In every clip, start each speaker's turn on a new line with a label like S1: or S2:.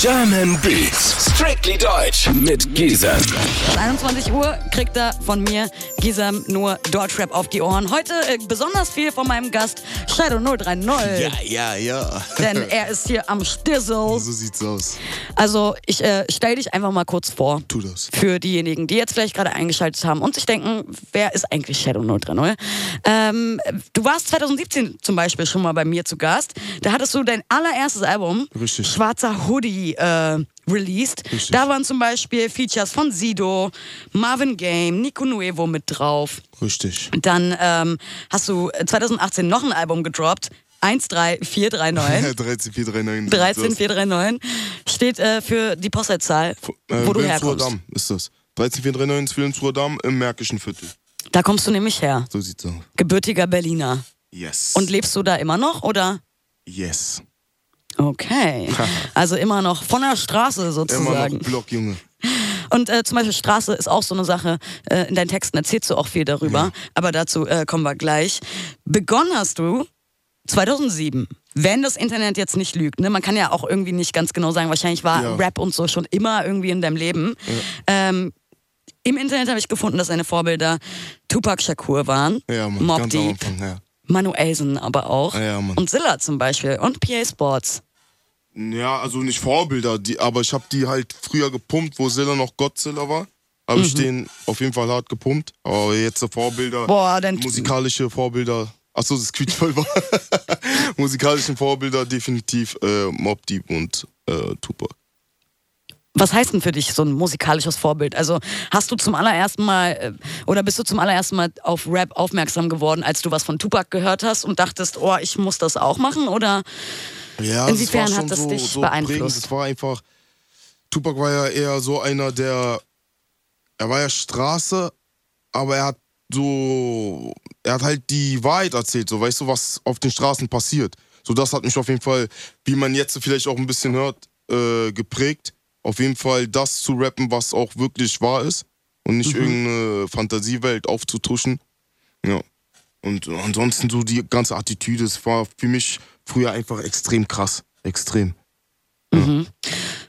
S1: German Beats, strictly deutsch mit Gisem.
S2: 21 Uhr kriegt er von mir Gisam nur Deutschrap auf die Ohren. Heute äh, besonders viel von meinem Gast Shadow 030.
S3: Ja, ja, ja.
S2: Denn er ist hier am Stissel.
S3: So sieht's aus.
S2: Also ich äh, stell dich einfach mal kurz vor.
S3: Tu das.
S2: Für diejenigen, die jetzt vielleicht gerade eingeschaltet haben und sich denken, wer ist eigentlich Shadow 030? Ähm, du warst 2017 zum Beispiel schon mal bei mir zu Gast. Da hattest du dein allererstes Album,
S3: Richtig.
S2: Schwarzer Hoodie, äh, released.
S3: Richtig.
S2: Da waren zum Beispiel Features von Sido, Marvin Game, Nico Nuevo mit drauf.
S3: Richtig.
S2: Dann ähm, hast du 2018 noch ein Album gedroppt, 13439.
S3: 13439.
S2: 13439 steht äh, für die Postleitzahl,
S3: äh,
S2: wo du
S3: Wilhelmsruher
S2: herkommst.
S3: Damm ist das. 13439 ist Wilhelmsruher Damm im Märkischen Viertel.
S2: Da kommst du nämlich her,
S3: So sieht's aus.
S2: gebürtiger Berliner.
S3: Yes.
S2: Und lebst du da immer noch oder?
S3: Yes.
S2: Okay. Also immer noch von der Straße
S3: Immer
S2: sozusagen.
S3: noch Block, Junge.
S2: Und äh, zum Beispiel Straße ist auch so eine Sache. Äh, in deinen Texten erzählst du auch viel darüber, aber dazu äh, kommen wir gleich. Begonnen hast du 2007. Wenn das Internet jetzt nicht lügt, ne? man kann ja auch irgendwie nicht ganz genau sagen, wahrscheinlich war
S3: Ja.
S2: Rap und so schon immer irgendwie in deinem Leben. Ähm, Im Internet habe ich gefunden, dass deine Vorbilder Tupac Shakur waren,
S3: Ja, Mann.
S2: Mobb
S3: ganz am
S2: Deep,
S3: Anfang, ja.
S2: Manuelsen aber auch
S3: Ja, ja, Mann.
S2: und Zilla zum Beispiel und PA Sports.
S3: Ja, also nicht Vorbilder, die, aber ich habe die halt früher gepumpt, wo Zilla noch Godzilla war. Habe
S2: Mhm.
S3: ich den auf jeden Fall hart gepumpt. Aber jetzt so Vorbilder,
S2: Boah, dann-
S3: musikalische Vorbilder. Achso, das quietscht voll war. Musikalischen Vorbilder definitiv äh, Mob Deep und äh, Tupac.
S2: Was heißt denn für dich so ein musikalisches Vorbild? Also hast du zum allerersten Mal äh, oder bist du zum allerersten Mal auf Rap aufmerksam geworden, als du was von Tupac gehört hast und dachtest, oh, ich muss das auch machen? Oder
S3: Ja,
S2: Inwiefern
S3: das war
S2: hat
S3: schon
S2: das
S3: so,
S2: dich
S3: so
S2: beeinflusst?
S3: Prägend. Das war einfach. Tupac war ja eher so einer, der. Er war ja Straße, aber er hat so. Er hat halt die Wahrheit erzählt, so weißt du, was auf den Straßen passiert. So, das hat mich auf jeden Fall, wie man jetzt vielleicht auch ein bisschen hört, äh, geprägt. Auf jeden Fall das zu rappen, was auch wirklich wahr ist. Und
S2: Mhm.
S3: nicht irgendeine Fantasiewelt aufzutuschen. Ja. Und ansonsten so die ganze Attitüde, es war für mich früher einfach extrem krass. Extrem.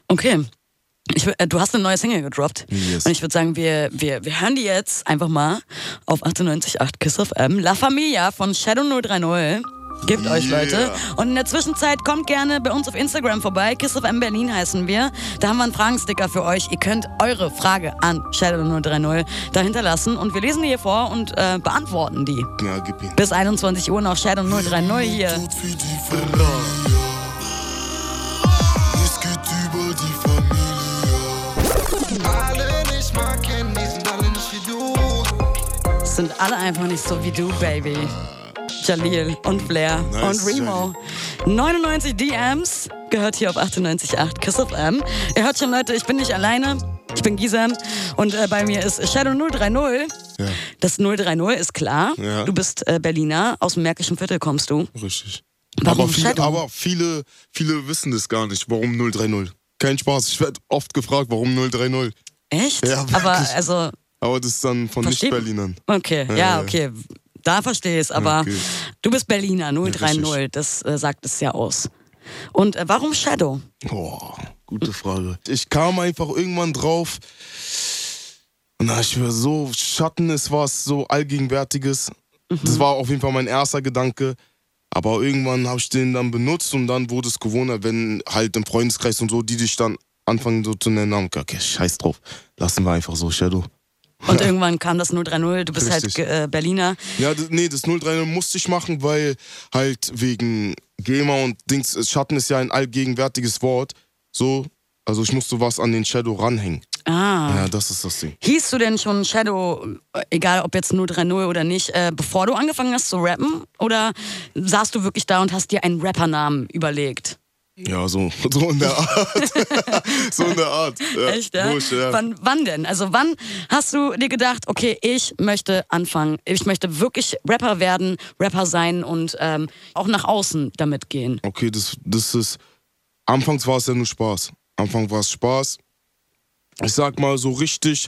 S2: okay. Ich, wür- äh, du hast eine neue Single gedroppt.
S3: Yes.
S2: Und ich würde sagen, wir, wir, wir hören die jetzt einfach mal auf 98.8 Kiss of M. La Familia von Shadow 030. Gebt euch,
S3: Yeah.
S2: Leute. Und in der Zwischenzeit kommt gerne bei uns auf Instagram vorbei. Kiss of M Berlin heißen wir. Da haben wir einen Fragensticker für euch. Ihr könnt eure Frage an Shadow 030 da hinterlassen. Und wir lesen die hier vor und äh, beantworten die.
S3: Ja, gib ihn.
S2: Bis 21 Uhr noch Shadow 030 hier.
S4: für die Frage. Es geht über die Familie. Alle nicht mal kennen, die sind alle nicht wie du.
S2: sind alle einfach nicht so wie du, Baby. Jalil und Flair
S3: Nice,
S2: und Remo. 99 DMs gehört hier auf 98.8 Kiss of M. Ihr hört schon, Leute, ich bin nicht alleine. Ich bin Gisem und äh, bei mir ist Shadow 030.
S3: Ja.
S2: Das 030 ist klar.
S3: Ja.
S2: Du bist äh, Berliner, aus dem Märkischen Viertel kommst du.
S3: Richtig.
S2: Warum
S3: aber viele,
S2: Shadow?
S3: aber viele, viele wissen das gar nicht, warum 030. Kein Spaß, ich werde oft gefragt, warum 030.
S2: Echt?
S3: Ja, wirklich.
S2: Aber also,
S3: Aber das ist dann von
S2: Versteht-
S3: Nicht-Berlinern.
S2: okay,
S3: Ja,
S2: ja,
S3: ja.
S2: okay. Da verstehe ich es, aber
S3: Okay.
S2: du bist Berliner, 030,
S3: richtig.
S2: das äh, sagt es ja aus. Und äh, warum Shadow?
S3: Boah, gute Frage. Ich kam einfach irgendwann drauf. Na, ich war so, Schatten ist was so Allgegenwärtiges. Das war auf jeden Fall mein erster Gedanke. Aber irgendwann habe ich den dann benutzt und dann wurde es gewohnt, wenn halt im Freundeskreis und so, die dich dann anfangen so zu nennen haben. Okay, scheiß drauf. Lassen wir einfach so, Shadow.
S2: Und irgendwann kam das 030, du bist
S3: Richtig.
S2: halt äh, Berliner.
S3: Ja, das, nee, das 030 musste ich machen, weil halt wegen Gamer und Dings, äh, Schatten ist ja ein allgegenwärtiges Wort. So, also ich musste was an den Shadow ranhängen.
S2: Ah.
S3: Ja, das ist das Ding.
S2: Hieß du denn schon Shadow, äh, egal ob jetzt 030 oder nicht, äh, bevor du angefangen hast zu rappen? Oder saßt du wirklich da und hast dir einen Rappernamen überlegt?
S3: Ja, so, so in der Art. so in der Art. Ja,
S2: Echt, ja?
S3: Wurscht, ja.
S2: Wann, wann denn? Also wann hast du dir gedacht, okay, ich möchte anfangen, ich möchte wirklich Rapper werden, Rapper sein und ähm, auch nach außen damit gehen?
S3: Okay, das, das ist. Anfangs war es ja nur Spaß. Anfang war es Spaß. Ich sag mal so richtig,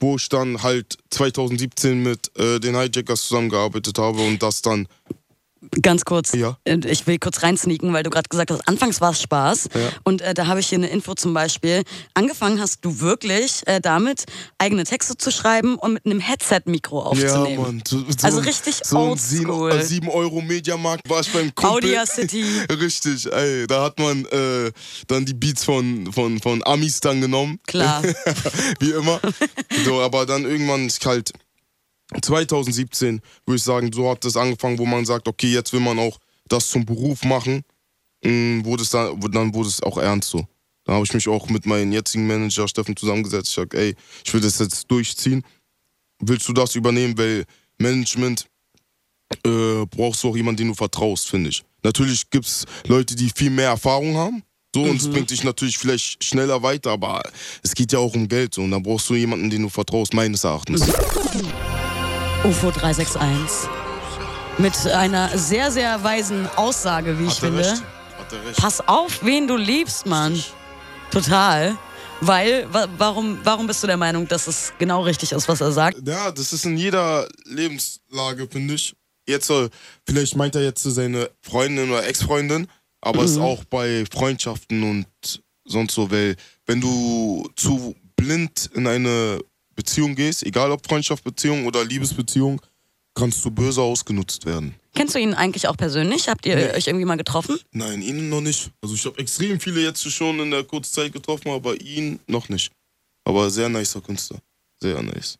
S3: wo ich dann halt 2017 mit äh, den Hijackers zusammengearbeitet habe und das dann
S2: Ganz kurz.
S3: Ja.
S2: Und Ich will kurz reinsneaken, weil du gerade gesagt hast, anfangs war es Spaß.
S3: Ja.
S2: Und äh, da habe ich hier eine Info zum Beispiel. Angefangen hast du wirklich äh, damit, eigene Texte zu schreiben und mit einem Headset-Mikro
S3: Ja,
S2: aufzunehmen.
S3: Mann. So, so
S2: Also
S3: ein-
S2: richtig
S3: so ein
S2: oldschool.
S3: 7 Euro Mediamarkt war ich beim Kumpel.
S2: Audia City.
S3: Richtig, ey. Da hat man äh, dann die Beats von, von, von Amis dann genommen.
S2: Klar.
S3: Wie immer. So, aber dann irgendwann ist halt 2017, würde ich sagen, so hat das angefangen, wo man sagt, okay, jetzt will man auch das zum Beruf machen. Mm, wurde es dann, dann wurde es auch ernst so. Da habe ich mich auch mit meinem jetzigen Manager Steffen zusammengesetzt. Ich sag, ey, ich will das jetzt durchziehen. Willst du das übernehmen? Weil Management äh, brauchst du auch jemanden, den du vertraust, finde ich. Natürlich gibt es Leute, die viel mehr Erfahrung haben. So, und es bringt dich natürlich vielleicht schneller weiter, aber es geht ja auch um Geld. So, und da brauchst du jemanden, den du vertraust, meines Erachtens.
S2: UFO 361. Mit einer sehr, sehr weisen Aussage, wie ich finde.
S3: Hat er recht.
S2: Pass auf, wen du liebst, Mann. Total. Weil, wa warum, warum bist du der Meinung, dass es genau richtig ist, was er sagt?
S3: Ja, das ist in jeder Lebenslage, finde ich. Jetzt, äh, vielleicht meint er jetzt seine Freundin oder Ex-Freundin, aber es ist auch bei Freundschaften und sonst so, weil wenn du zu blind in eine Beziehung gehst, egal ob Freundschaft, Beziehung oder Liebesbeziehung, kannst du böse ausgenutzt werden.
S2: Kennst du ihn eigentlich auch persönlich? Habt ihr
S3: Nee.
S2: euch irgendwie mal getroffen?
S3: Nein, ihn noch nicht. Also ich habe extrem viele jetzt schon in der kurzen Zeit getroffen, aber ihn noch nicht. Aber sehr nicer Künstler. Sehr nice.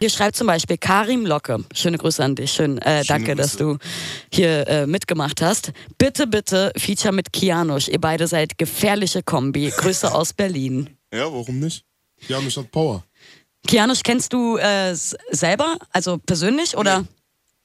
S2: Hier schreibt zum Beispiel Karim Locke. Schöne Grüße an dich. Schön, äh, danke, dass du
S3: Grüße.
S2: hier äh, mitgemacht hast. Bitte, bitte, Feature mit Kianusch. Ihr beide seid gefährliche Kombi. Grüße aus Berlin.
S3: Ja, warum nicht? Ja, mich hat Power.
S2: Kianusch kennst du äh, s- selber, also persönlich oder?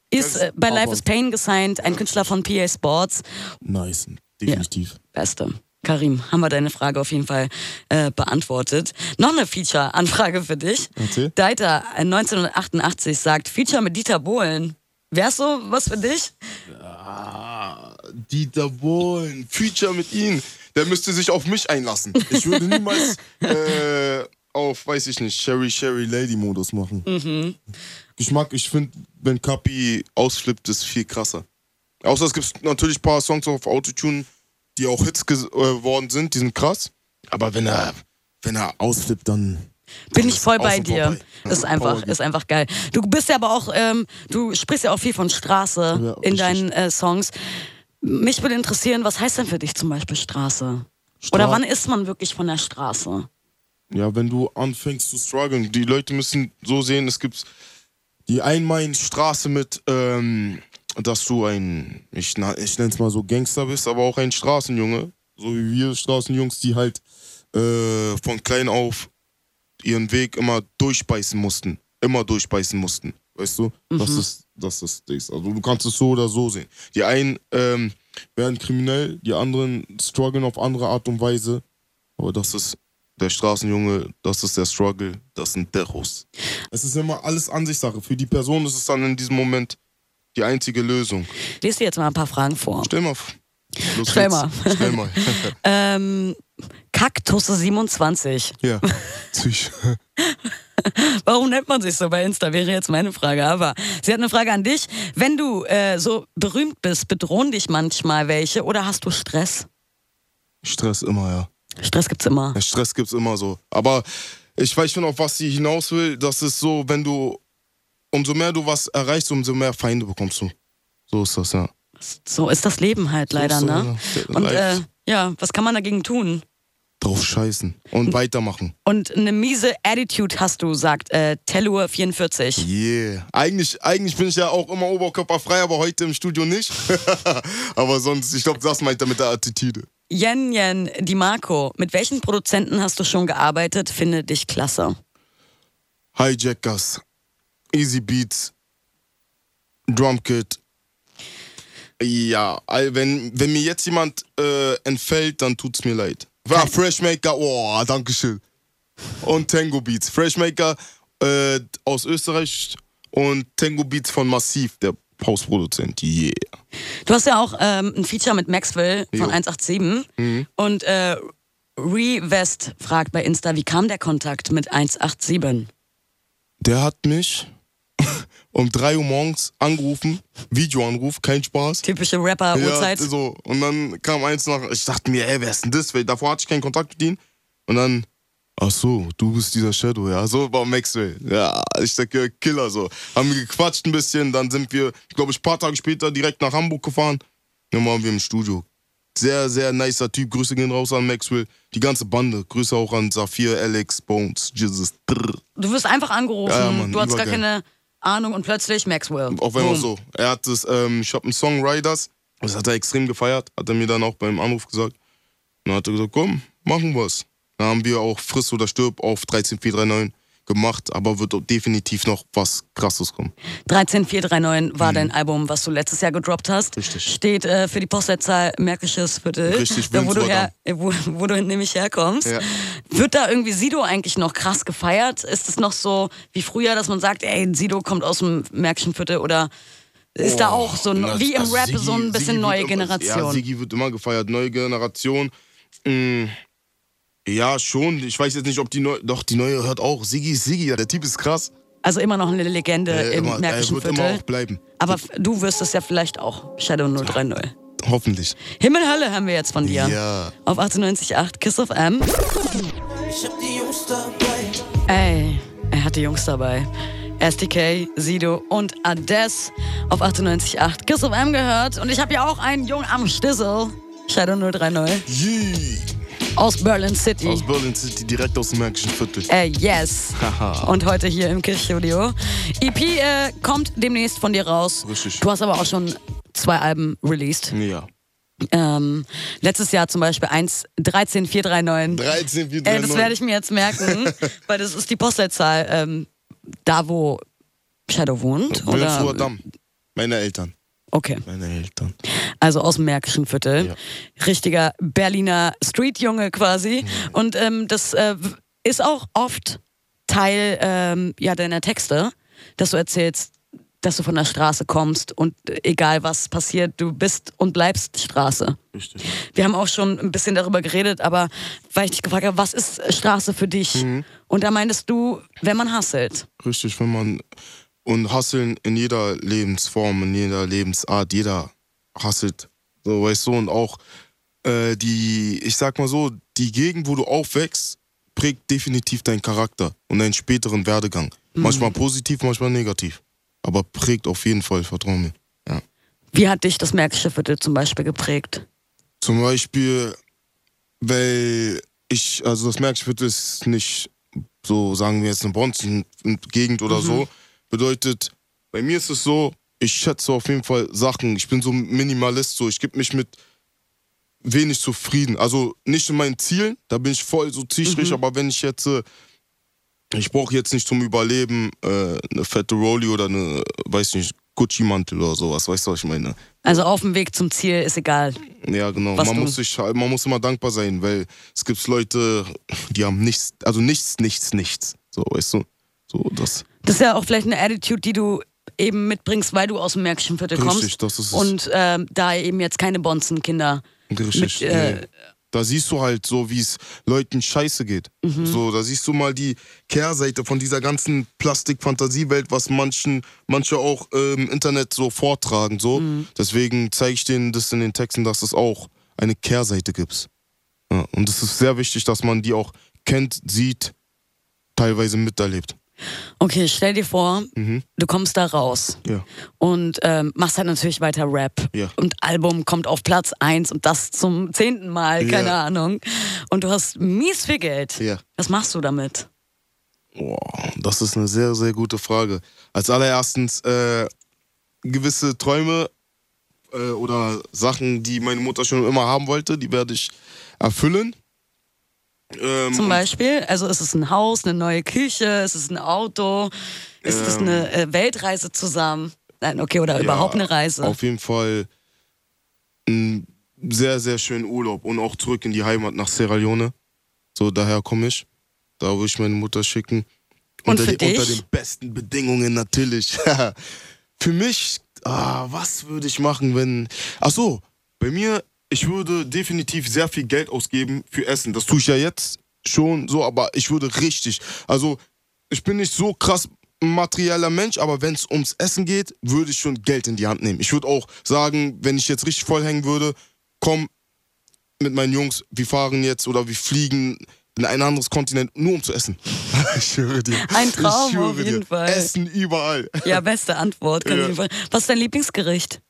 S2: Ist
S3: Das-
S2: äh, bei Life
S3: aber-
S2: is Pain gesigned, ein Künstler von PA Sports.
S3: Nice, definitiv.
S2: Beste. Karim, haben wir deine Frage auf jeden Fall äh, beantwortet. Noch eine Feature-Anfrage für dich.
S3: Erzähl.
S2: Deiter äh, 1988 sagt, Feature mit Dieter Bohlen. Wär's so was für dich?
S3: Dieter Bohlen, Feature mit ihm. Der müsste sich auf mich einlassen. Ich würde niemals äh, auf, weiß ich nicht, Sherry Sherry Lady Modus machen.
S2: Mhm.
S3: Ich mag, ich finde, wenn Kapi ausflippt, ist viel krasser. Außer es gibt natürlich ein paar Songs auf Autotune, die auch Hits geworden sind, die sind krass. Aber wenn er, wenn er ausflippt, dann
S2: Bin ich voll bei
S3: Außen
S2: dir.
S3: vorbei.
S2: Ist
S3: Ja,
S2: einfach,
S3: Power
S2: ist einfach geil. Du bist ja aber auch, ähm, du sprichst ja auch viel von Straße
S3: Ja,
S2: in
S3: richtig.
S2: deinen äh, Songs. Mich würde interessieren, was heißt denn für dich zum Beispiel Straße?
S3: Stra-
S2: Oder wann ist man wirklich von der Straße?
S3: Ja, wenn du anfängst zu strugglen, die Leute müssen so sehen, es gibt die einen meinen Straße mit, ähm, dass du ein, ich, na- ich nenne es mal so Gangster bist, aber auch ein Straßenjunge, so wie wir Straßenjungs, die halt äh, von klein auf ihren Weg immer durchbeißen mussten, immer durchbeißen mussten, weißt du? Das ist das ist das. Also du kannst es so oder so sehen. Die einen ähm, werden kriminell, die anderen strugglen auf andere Art und Weise. Aber das ist der Straßenjunge, das ist der Struggle, das sind Derros. Es ist immer alles Ansichtssache. Für die Person ist es dann in diesem Moment die einzige Lösung.
S2: Ich lese dir jetzt mal ein paar Fragen vor.
S3: Stell mal. f- Los
S2: Stell
S3: geht's.
S2: mal.
S3: Stell mal.
S2: Ähm, Kaktusse 27.
S3: ja. Psych.
S2: Warum nennt man sich so bei Insta? Wäre jetzt meine Frage. Aber sie hat eine Frage an dich. Wenn du äh, so berühmt bist, bedrohen dich manchmal welche oder hast du Stress?
S3: Stress immer, ja.
S2: Stress gibt's immer.
S3: Ja, Stress gibt's immer so. Aber ich weiß schon, auf was sie hinaus will. Das ist so, wenn du, umso mehr du was erreichst, umso mehr Feinde bekommst du. So ist das, ja.
S2: So ist das Leben halt leider,
S3: ist so,
S2: ne?
S3: ja.
S2: Und äh,
S3: Life.
S2: ja, was kann man dagegen tun?
S3: Drauf scheißen
S2: Hm.
S3: und weitermachen.
S2: Und eine miese Attitude hast du, sagt äh, Tellur44.
S3: Yeah. Eigentlich, eigentlich bin ich ja auch immer oberkörperfrei, aber heute im Studio nicht. aber sonst, ich glaube, das meint er mit der Attitüde.
S2: Yen Yen Di Marco, mit welchen Produzenten hast du schon gearbeitet? Finde dich klasse.
S3: Hijackers, Easy Beats, Drumkit. Ja, all- wenn, wenn mir jetzt jemand äh, entfällt, dann tut's mir leid. War Freshmaker, oh, Dankeschön. Und Tango Beats. Freshmaker äh, aus Österreich und Tango Beats von Massiv, der Hausproduzent. Yeah.
S2: Du hast ja auch ähm, ein Feature mit Maxwell von
S3: Jo. Mhm.
S2: 187 und äh, Revest fragt bei Insta, wie kam der Kontakt mit 187?
S3: Der hat mich um 3 Uhr morgens angerufen, Videoanruf, kein Spaß.
S2: Typische Rapper-Uhrzeit.
S3: Ja, so. Und dann kam eins nach, ich dachte mir, ey, wer ist denn das? Weil davor hatte ich keinen Kontakt mit ihm. Und dann, ach so, du bist dieser Shadow, ja. So war Maxwell. Ja, ich sag, ja, Killer, so. Haben wir gequatscht ein bisschen, dann sind wir, ich glaube, ein paar Tage später direkt nach Hamburg gefahren. Dann waren wir im Studio. Sehr, sehr nicer Typ. Grüße gehen raus an Maxwell. Die ganze Bande. Grüße auch an Saphir, Alex, Bones, Jesus. Drrr.
S2: Du wirst einfach angerufen,
S3: Ja, ja, Mann,
S2: du hast gar
S3: übergeil.
S2: keine Ahnung und plötzlich Maxwell.
S3: Auf einmal
S2: Boom.
S3: so. Er hat das, ähm, ich habe einen Song Riders, das hat er extrem gefeiert, hat er mir dann auch beim Anruf gesagt. Und dann hat er gesagt, komm, machen wir's. Dann haben wir auch Friss oder Stirb auf 13439 gemacht, aber wird auch definitiv noch was krasses kommen.
S2: 13439 war dein Album, was du letztes Jahr gedroppt hast.
S3: Mhm. Richtig.
S2: Steht äh, für die Postleitzahl Märkisches Viertel.
S3: Richtig,
S2: da, wo, du her,
S3: Wilmsrotter.
S2: äh, wo, wo du nämlich herkommst.
S3: Ja.
S2: Wird da irgendwie Sido eigentlich noch krass gefeiert? Ist es noch so wie früher, dass man sagt, ey, Sido kommt aus dem Märkischen Viertel oder ist da auch so ein,
S3: Oh, Na,
S2: wie im
S3: also
S2: Rap
S3: Sigi-
S2: so ein bisschen
S3: Sigi wird
S2: neue
S3: immer- Ja,
S2: Generation?
S3: Sigi wird immer gefeiert, neue Generation. Mm, ja, schon. Ich weiß jetzt nicht, ob die neue. Doch, die neue hört auch. Sigi ist Sigi, ja, der Typ ist krass.
S2: also immer noch eine Legende
S3: Äh,
S2: im
S3: immer, er
S2: Märkischen
S3: wird immer
S2: Viertel.
S3: auch bleiben.
S2: Aber f- du wirst es ja vielleicht auch, Shadow 030.
S3: Hoffentlich.
S2: Himmel, Hölle haben wir jetzt von dir.
S3: Ja.
S2: Auf 98.8 Kiss of M.
S5: Ich hab die Jungs dabei.
S2: Ey, er hat die Jungs dabei. SDK, Sido und Ades auf 98.8 Kiss of M gehört. Und ich habe ja auch einen Jungen am Stissel. Shadow 030
S3: Yeah.
S2: aus Berlin City.
S3: Aus Berlin City, direkt aus dem Märkischen Viertel.
S2: äh, yes.
S3: Haha.
S2: Und heute hier im Kiss-Studio. EP äh, kommt demnächst von dir raus.
S3: Richtig. Hm.
S2: Du hast aber auch schon zwei Alben released.
S3: Ja.
S2: Ähm, letztes Jahr zum Beispiel 1, 13, 439.
S3: 13, wie
S2: Ey, äh, das werde ich mir jetzt merken, weil das ist die Postleitzahl, ähm, da wo Shadow wohnt.
S3: Wilhelmsruher
S2: Oder?
S3: Damm. Meine Eltern.
S2: Okay,
S3: Meine Eltern.
S2: also aus dem Märkischen Viertel.
S3: Ja.
S2: Richtiger Berliner Streetjunge quasi. Und ähm, das äh, ist auch oft Teil ähm, ja, deiner Texte, dass du erzählst, dass du von der Straße kommst und äh, egal was passiert, du bist und bleibst Straße.
S3: Richtig.
S2: Wir haben auch schon ein bisschen darüber geredet, aber weil ich dich gefragt habe, was ist Straße für dich?
S3: Mhm.
S2: Und da meintest du, wenn man hasselt.
S3: Richtig, wenn man. Und hasseln in jeder Lebensform, in jeder Lebensart, jeder hasselt. So, weißt du, und auch äh, die, ich sag mal so, die Gegend, wo du aufwächst, prägt definitiv deinen Charakter und deinen späteren Werdegang.
S2: Mhm.
S3: Manchmal positiv, manchmal negativ. Aber prägt auf jeden Fall, vertrau mir. Ja.
S2: Wie hat dich das Märkische Viertel zum Beispiel geprägt?
S3: Zum Beispiel, weil ich, also das merke ich, wird es nicht so, sagen wir jetzt eine Bonzen-Gegend oder so. Bedeutet, bei mir ist es so, ich schätze auf jeden Fall Sachen. Ich bin so ein Minimalist, so ich gebe mich mit wenig zufrieden. Also nicht in meinen Zielen, da bin ich voll so zielstrebig, aber wenn ich jetzt, äh, ich brauche jetzt nicht zum Überleben äh, eine fette Rolli oder eine, weiß nicht, Gucci-Mantel oder sowas, weißt du, was ich meine?
S2: Also auf dem Weg zum Ziel ist egal.
S3: Ja, genau.
S2: Was
S3: Man
S2: du-
S3: muss, sich, man muss immer dankbar sein, weil es gibt Leute, die haben nichts, also nichts, nichts, nichts. So, weißt du? So, das.
S2: Das ist ja auch vielleicht eine Attitude, die du eben mitbringst, weil du aus dem Märkischen Viertel
S3: Richtig,
S2: kommst.
S3: das ist es. Mhm.
S2: Und ähm, da eben jetzt keine Bonzenkinder. Mit,
S3: Richtig.
S2: äh,
S3: nee. Da siehst du halt so, wie es Leuten scheiße geht.
S2: Mhm.
S3: So, da siehst du mal die Kehrseite von dieser ganzen Plastik-Fantasiewelt, was manchen, manche auch äh, im Internet so vortragen. So.
S2: Mhm.
S3: Deswegen zeige ich denen das in den Texten, dass es auch eine Kehrseite gibt. Ja, und es ist sehr wichtig, dass man die auch kennt, sieht, teilweise miterlebt.
S2: Okay, stell dir vor,
S3: Mhm.
S2: du kommst da raus.
S3: Ja.
S2: und ähm, machst halt natürlich weiter Rap.
S3: Ja.
S2: Und Album kommt auf Platz 1 und das zum zehnten Mal,
S3: Ja.
S2: keine Ahnung. Und du hast mies viel Geld.
S3: Ja.
S2: Was machst du damit?
S3: Boah, das ist eine sehr, sehr gute Frage. Als allererstens äh, gewisse Träume äh, oder Sachen, die meine Mutter schon immer haben wollte, die werde ich erfüllen. Ähm,
S2: Zum Beispiel, also ist es ein Haus, eine neue Küche, ist es ein Auto, ist es eine äh, Weltreise zusammen? Nein, okay, oder
S3: Ähm. ja,
S2: überhaupt eine Reise.
S3: Auf jeden Fall einen sehr, sehr schönen Urlaub und auch zurück in die Heimat nach Sierra Leone. So, daher komme ich. Da würde ich meine Mutter schicken.
S2: Und
S3: unter,
S2: für
S3: die, unter
S2: dich?
S3: den besten Bedingungen natürlich. für mich, ah, was würde ich machen, wenn. Ach so, bei mir, ich würde definitiv sehr viel Geld ausgeben für Essen. Das tue ich ja jetzt schon so, aber ich würde richtig. Also, ich bin nicht so krass ein materieller Mensch, aber wenn es ums Essen geht, würde ich schon Geld in die Hand nehmen. Ich würde auch sagen, wenn ich jetzt richtig vollhängen würde, komm mit meinen Jungs, wir fahren jetzt oder wir fliegen in ein anderes Kontinent, nur um zu essen. ich höre dir.
S2: Ein Traum
S3: ich schwöre
S2: auf jeden
S3: dir.
S2: Fall.
S3: Essen überall.
S2: Ja, beste Antwort. Kann ich
S3: Ja.
S2: nicht ver- Was ist dein Lieblingsgericht?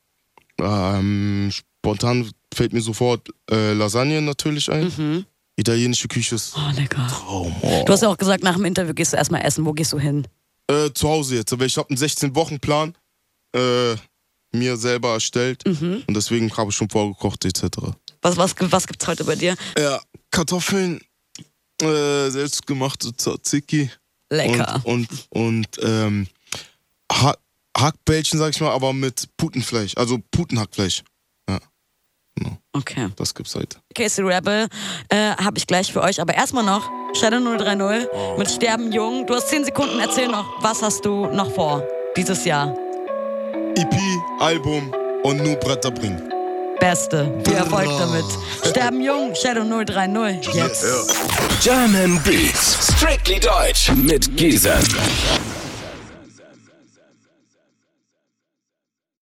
S3: Ähm, spontan fällt mir sofort äh, Lasagne natürlich ein.
S2: Mhm.
S3: Italienische Küche ist
S2: Oh, lecker.
S3: Traum. Oh.
S2: Du hast ja auch gesagt, nach dem Interview gehst du erstmal essen. Wo gehst du hin?
S3: Äh, zu Hause jetzt, aber ich habe einen 16-Wochen-Plan äh, mir selber erstellt
S2: Mhm.
S3: und deswegen habe ich schon vorgekocht etc.
S2: Was, was, was gibt's heute bei dir?
S3: Ja, Kartoffeln, äh, selbstgemachte Tzatziki
S2: Lecker.
S3: und, und, und ähm, ha Hackbällchen, sag ich mal, aber mit Putenfleisch, also Putenhackfleisch. Ja,
S2: Okay.
S3: das gibt's heute.
S2: Casey Rebel äh, habe ich gleich für euch. Aber erstmal noch Shadow 030 mit Sterben Jung. Du hast 10 Sekunden, erzähl noch, was hast du noch vor dieses Jahr?
S3: EP, E Album und nur Bretter bringen.
S2: Beste. Viel Erfolg damit. Sterben Jung, Shadow 030. Jetzt.
S1: German Beats. Strictly Deutsch. Mit Giesern.